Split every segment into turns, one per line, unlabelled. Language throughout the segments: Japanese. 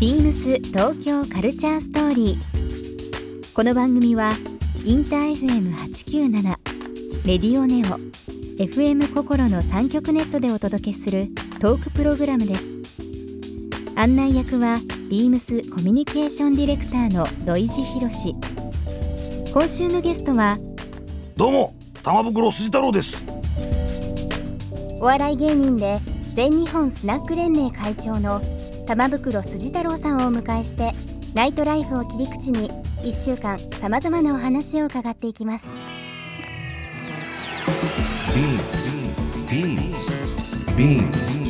ビームス東京カルチャーストーリー。この番組はインター FM897 レディオネオ FM 心の三極ネットでお届けするトークプログラムです。案内役はビームスコミュニケーションディレクターの土井博志。今週のゲストは
どうも玉袋筋太郎です
お笑い芸人で全日本スナック連盟会長の玉袋筋太郎さんをお迎えしてナイトライフを切り口に1週間さまざまなお話を伺っていきます
「BEAMS」「BEAMS」「BEAMS」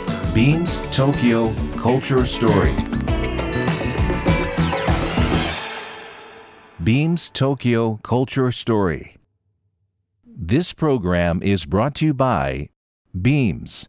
「BEAMS TOKYO Culture Story」Beams Tokyo Culture Story. This program is brought to you by Beams.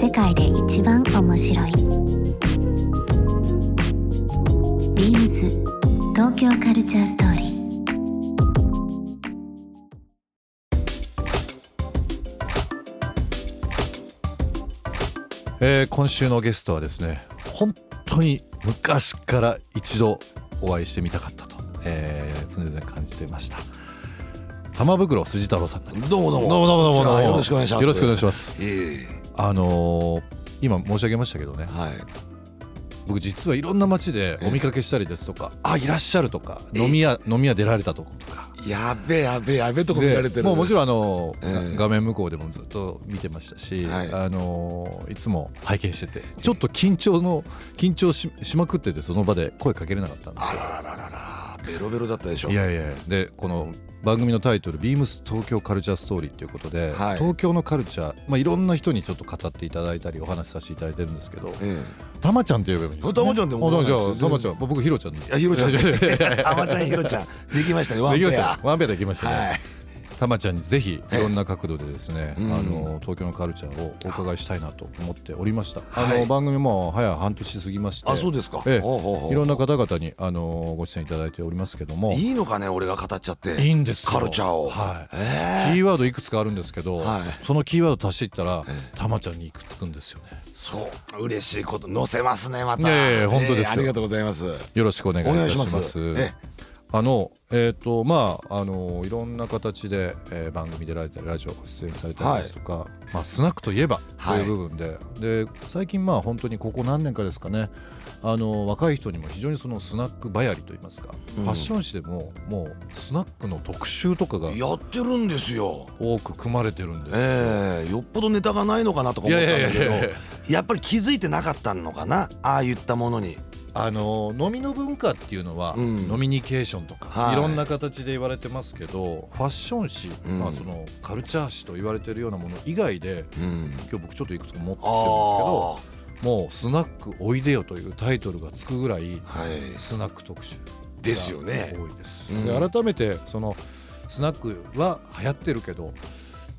世界で一番面白い「ビームス東京カルチャーストーリー」
えー今週のゲストはですね本当に昔から一度お会いしてみたかったと、えー常々感じていました玉袋筋太郎さんになります
どうもどうも
どうもどうもどうも
じゃあよろしくお願いします
よろしくお願いします
え
あのー今申し上げましたけどね
えはい
僕実はいろんな街でお見かけしたりですとかあいらっしゃるとか飲み屋飲み屋出られたとことか
やべえやべえやべえとこ見られてる
でもうもち
ん
ろんあの、
ええ
画面向こうでもずっと見てましたし、
はい
い、あのいつも拝見しててちょっと緊張の緊張ししまくっててその場で声かけれなかったんです
あ
け
らららららベロベロだったでしょ
どいやいやでこの番組のタイトル「ビームス東京カルチャーストーリー」ということで、
はい
東京のカルチャー、まあ、いろんな人にちょっと語っていただいたりお話しさせていただいてるんですけど
え
たまちゃんって呼べばいい
えたまちゃんでも
あだからじゃ
構わないです
あたまちゃん僕ヒロちゃんでいい
いやひろちゃん
いやい やいやい や
たまちゃんひろちゃんできましたねワン
できまし
ペ
た
ア
ねワンペアできましたね、
はい
たまちゃんにぜひいろんな角度でですね、
ええうん
あの東京のカルチャーをお伺いしたいなと思っておりました、
はい
あの番組も早半年過ぎまして
あそうですか
ええ
ほうほうほう
いろんな方々にあのご出演いただいておりますけども
いいのかね俺が語っちゃって
いいんですよ
カルチャーを
はい
え
キ
え
ーワードいくつかあるんですけど、
はい
そのキーワード足していったら、
え
たまちゃんにいくつくんですよね
そう嬉しいこと載せますねまた
いやいやいや本当ですよ
ええありがとうございますお
よろしくお願いい
願
た
い
し
し
ま
ますすええ
あのえっ、とまああのいろんな形で、えー番組出られたりラジオご出演されたりですとか、まあスナックといえばと
はい
いう部分で、で最近まあ本当にここ何年かですかねあの若い人にも非常にそのスナックばやりといいますか、
うん
ファッション誌でももうスナックの特集とかが
やってるんですよ
多く組まれてるんですよ。
ええよっぽどネタがないのかなとか
い
思っ
や
た
い
ん
やい
だ
や
けど
いやいや
やっぱり気づいてなかったのかなああ言ったものに
あの飲みの文化っていうのは、
うん
ノミニケーションとか、
はい
い、ろんな形で言われてますけどファッション誌、
うん
まあ、そのカルチャー誌と言われてるようなもの以外で
うん
今日僕ちょっといくつか持ってきて
あ
る
あ
んですけどもう「スナックおいでよ」というタイトルがつくぐらい
はい
スナック特集が
ですよね
多いです、
うん
で改めてそのスナックは流行ってるけど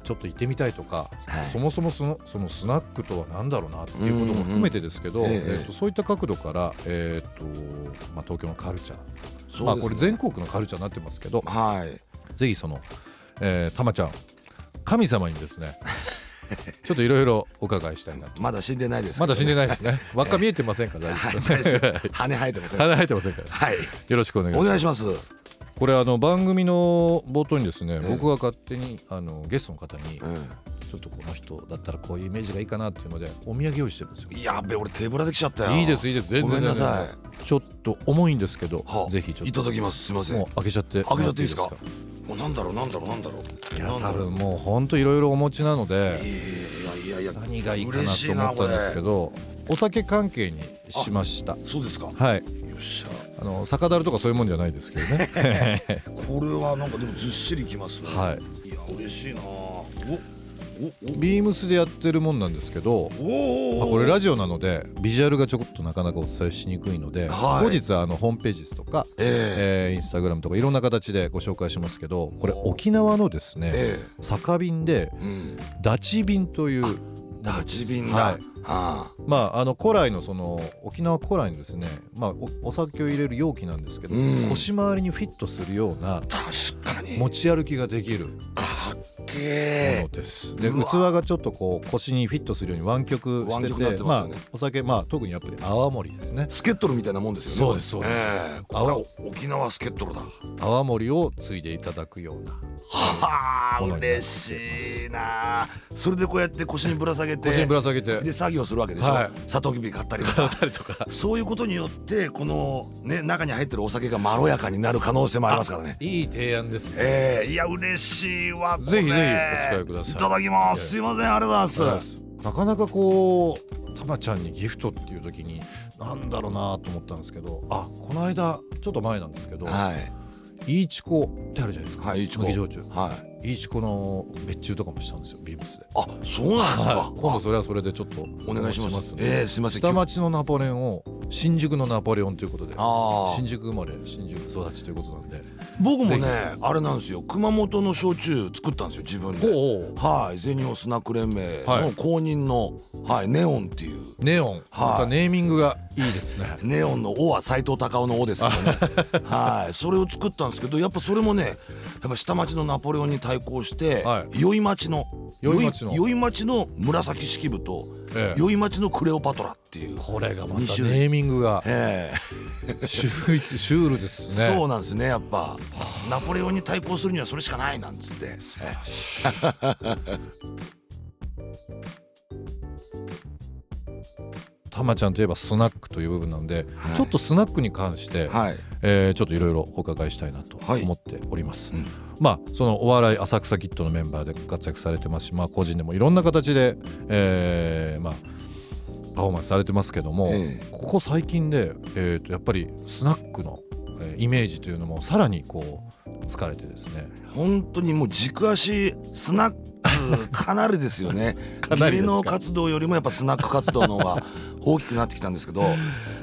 ちょっと行ってみたいとか、
はい
そもそもそのそのスナックとは何だろうなっていうことも含めてですけ
う
ど、
んうんええ
えっとそういった角度から、えっとまあ、東京のカルチャー、
そうですね
まあ、これ全国のカルチャーになってますけど
はい
ぜひその、えー、たまちゃん神様にで すねちょっといろいろお伺いしたいなと
まだ死んでないです
まだ死んで
ない
ない ですね輪っか見えてませんから大丈夫ですよね
羽生えてません
鼻生えてませんから
はい
よろしくお願いし
お
ます
願いします
これあの番組の冒頭にですね
え
僕が勝手にあのゲストの方に
う
ちょっとこの人だったらこういうイメージがいいかなっていうのでお土産用意してるんですよ
んやべ俺手ぶらできちゃったよ
いいですいいです全然
ごめんなさい
全ちょっと重いんですけど
はあ
ぜひちょっ
い
と
ただきますすいません
もう開けちゃって
開けちゃっていいですか
もらっ
もうなんだろうなんだろうなんだろう
いいですかい
な
や
んだ
多
ろう
分もうほんといろいろお持ちなので
いやいやいや
何がいいかな
嬉し
と思ったんですけ
ど
どお酒関係にしました
そうですかよ
はい
っしゃ
あの酒樽とかそういうもんじゃないですけど ね
これはなんかでもずっしりきますね
はい
いや嬉しいなお
ビームスでやってるもんなんですけど、まあ、これラジオなのでビジュアルがちょこっとなかなかお伝えしにくいので、
はい
後日あのホームページですとか、
え
えーインスタグラムとかいろんな形でご紹介しますけどこれ沖縄のですね、
ええ
酒瓶で
えうん
ダチ瓶という
立ち瓶
は
だ
い
は
まああの古来のその沖縄古来のですね、まあ、おお酒を入れる容器なんですけど、
うん
腰回りにフィットするような
あ確かに
持ち歩きができるも
かっけ
の
え
です。で
うわ
器がちょっとこう腰にフィットするように湾曲して
湾
て
曲になってますよね
あ、お酒まあ特にやっぱり泡盛ですね
スケットルみたいなもんですよね
そうですそうですそう
え
で
え
す
これは沖縄スケットルだ
泡盛をついでいただくような
はあ
ものになって
嬉しいなそれでこうやって腰にぶら下げて
腰にぶら下げて
で作業するわけでしょ、
はい
サトウキビ買ったりとか
たりとか
そういうことによってこのね中に入ってるお酒がまろやかになる可能性もありますからね
いい提案ですね
ええいや嬉しいわこれ
ぜひぜひお使いください
いただきますすいませんありがとうございます
なかなかこうたまちゃんにギフトっていう時になんだろうなと思ったんですけどあこの間ちょっと前なんですけど
はい
いいちこってあるじゃないですか
はいいちこ
麦焼酎
はい
いいちこの別注とかもしたんですよビームスで
あそうなんですか
今度それはそれでちょっと
お願いします
んで
ええすいません
下町のナポレオンを新宿のナポレオンということで
ああ
新宿生まれ新宿育ちということなんで
僕も
ぜ
ねあれなんですよ熊本の焼酎作ったんですよ自分で
お
はい全日本スナック連盟
は
の
い
公認の、はい、ネオンっていう
ネオン
はい
またネーミングがいいで すね
ネオンの「お」は斎藤隆夫の「お」ですけどね はいそれを作ったんですけどやっぱそれもねやっぱ下町のナポレオンに対抗して、
は
宵町の
宵町の
宵町の紫式部と
ええ
宵町のクレオパトラっていう、
これがまたネ
二種類
ーミングが
え
秀逸シュールです
え
ね
そうなんですねやっぱナポレオンに対抗するにはそれしかないなんつってええ
たまちゃんといえばスナックという部分なんで、ちょっとスナックに関して、
はい
えーちょっといろいろお伺いしたいなと
はい
思っております、
うん
まあそのお笑い浅草キッドのメンバーでご活躍されてますし、まあ、個人でもいろんな形で、えーまあパフォーマンスされてますけども、
ええ
ここ最近で、えー、とやっぱりスナックの、えーイメージというのもさらにこう疲れてですね
本当にもう軸足スナックかなりですよね
かなりで
芸
すか
能活動よりもやっぱスナック活動の方 が大きくなってきたんですけど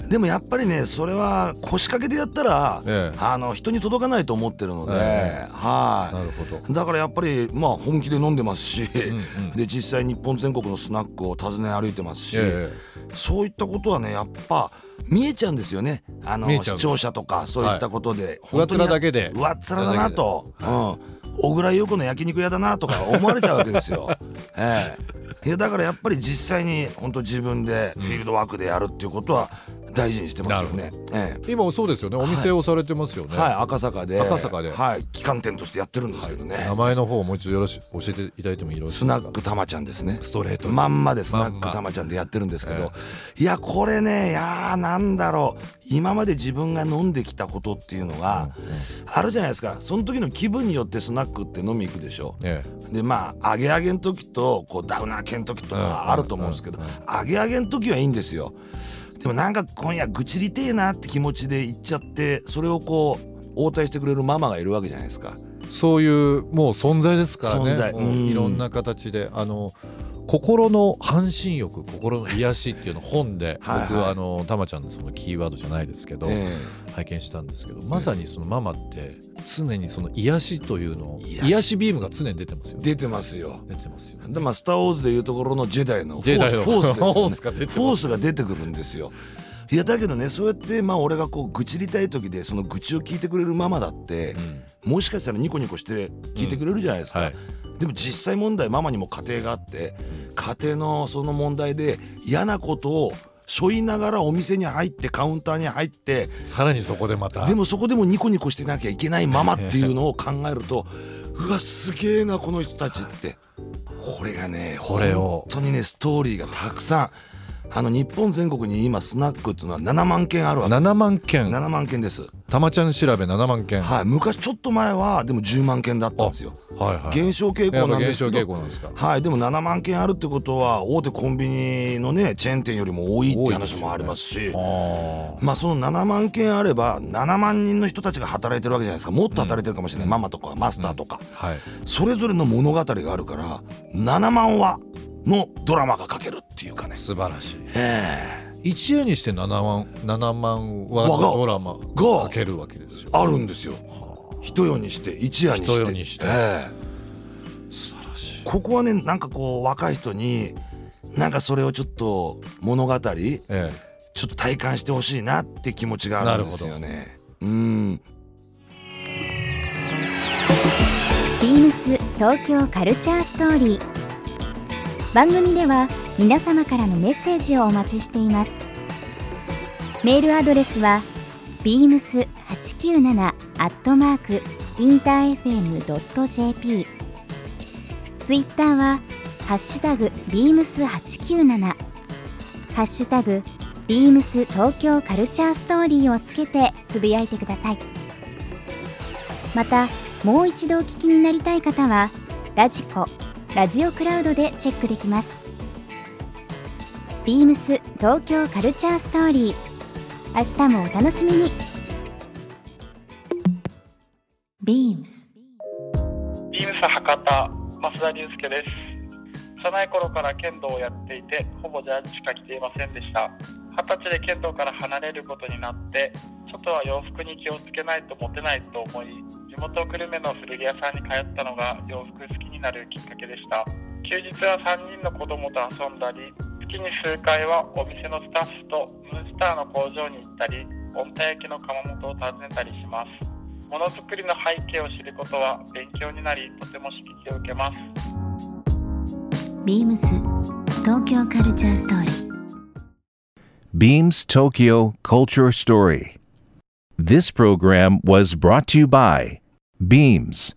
でもやっぱりねそれは腰掛けでやったら、
ええ
あの人に届かないと思ってるので、
え
は
なるほど、
いだからやっぱりまあ本気で飲んでますし、
うんうん
で実際日本全国のスナックを訪ね歩いてますし、
え
そういったことはねやっぱ見えちゃうんですよねあの
見えちゃう
視聴者とかそういったことで、
上っ面だけで
上っ面だなと、うん、小倉優子の焼肉屋だなとか 思われちゃうわけですよ。ええ、いやだからやっぱり実際に本当自分でフィールドワークでやるっていうことは大事にしてますよね。え
え今そうですよねお店をされてますよ
え
ね、
はい、赤坂で
赤坂で
はい、旗艦店としてやってるんですけどね、
名前の方をもう一度よろし教えていただいてもよろし
ス
いで
ナ
すか
ックたまちゃんですね
ストレートに
まんまでスナ
ま
ッ
んま
クたまちゃんでやってるんですけど、いやこれねいやーなんだろう今まで自分が飲んできたことっていうのがあるじゃないですかその時の気分によってスナックって飲み行くでしょ
え
でまあ揚げ揚げの時とこうダウナー系の時と
うん
かあると思うんですけど
うんうん
揚げ揚げの時はいいんですよでもなんか今夜愚痴りてえなって気持ちで行っちゃってそれをこう応対してくれるママがいるわけじゃないですか
えそういうもう存在ですからね
存在
も
う
うんいろんな形であの心の半身浴心の癒しっていうの本で
はいはい
僕はあのたまちゃんのそのキーワードじゃないですけど、
え
拝見したんですけどまさにそのママって常にその癒しというのを
癒し
癒しビームが常に出てます
え
よね
出てますよ
出てますよね
でまあ、スター・ウォーズでいうところのジェダイのフォ
ジェダイ
ース
の
フォースですよね
フォースが出てます
フォースが出てくるんですよ。いやだけどねそうやってまあ俺がこう愚痴りたい時でその愚痴を聞いてくれるママだって、もしかしたらニコニコして聞いてくれるじゃないですか、
はい
でも実際問題ママにも家庭があって家庭のその問題で嫌なことを背負いながらお店に入ってカウンターに入って
さらにそこでまた
でもそこでもニコニコしてなきゃいけないママっていうのを考える とうわすげえなこの人たちってこれがね
これを
本当にねストーリーがたくさんあの日本全国に今スナックっていうのは7万件あるわけ
7万件
7万件です、
たまちゃん調べ7万件は
はい、昔ちょっと前はでも10万件だったんですよ
いはい
減少傾
や
向
っぱ
なんで
減
す
少
け
傾
ど
向なんですか
はい、でも7万件あるってことは大手コンビニのねチェーン店よりも多いって
多いで
話
すよね
もありますし
あー
まあその7万件あれば7万人の人たちが働いてるわけじゃないですかもっと働いてるかもしれない、ママとかマスターとか、
はい
それぞれの物語があるから7万話のドラマが書けるっていうかね
素晴らしい
ええ
一夜にして7万7万話
わが
のドラマ
が
かけるわけですよ
あるんですよ一夜にして一夜にして
一夜にして
ええ
素晴らしい
ここはねなんかこう若い人になんかそれをちょっと物語ちょ
え
っと体感してほしいなって気持ちがあるんですよねうん
ビームス東京カルチャーストーリー番組では皆様からのメッセージをお待ちしていますメールアドレスは beams897 アットマークインター FM.jp ツイッターはハッシュタグ beams897 ハッシュタグ beams 東京カルチャーストーリーをつけてつぶやいてくださいまたもう一度お聞きになりたい方はラジコラジオクラウドでチェックできますビームス東京カルチャーストーリー明日もお楽しみに
beams
ビームス博多増田龍介です幼い頃から剣道をやっていてほぼジャージしか着ていませんでした二十歳で剣道から離れることになってちょっとは洋服に気をつけないと持てないと思い地元久留米の古着屋さんに通ったのが洋服好きになるきっかけでした休日は3人の子供と遊んだり月に数回はお店のスタッフとムーンスターの工場に行ったり温帯焼きの窯元を訪ねたりしますものづくりの背景を知ることは勉強になりとても刺激を受けます
beams 東京カルチャーストーリー
Beams Tokyo Culture Story. This program was brought to you by Beams.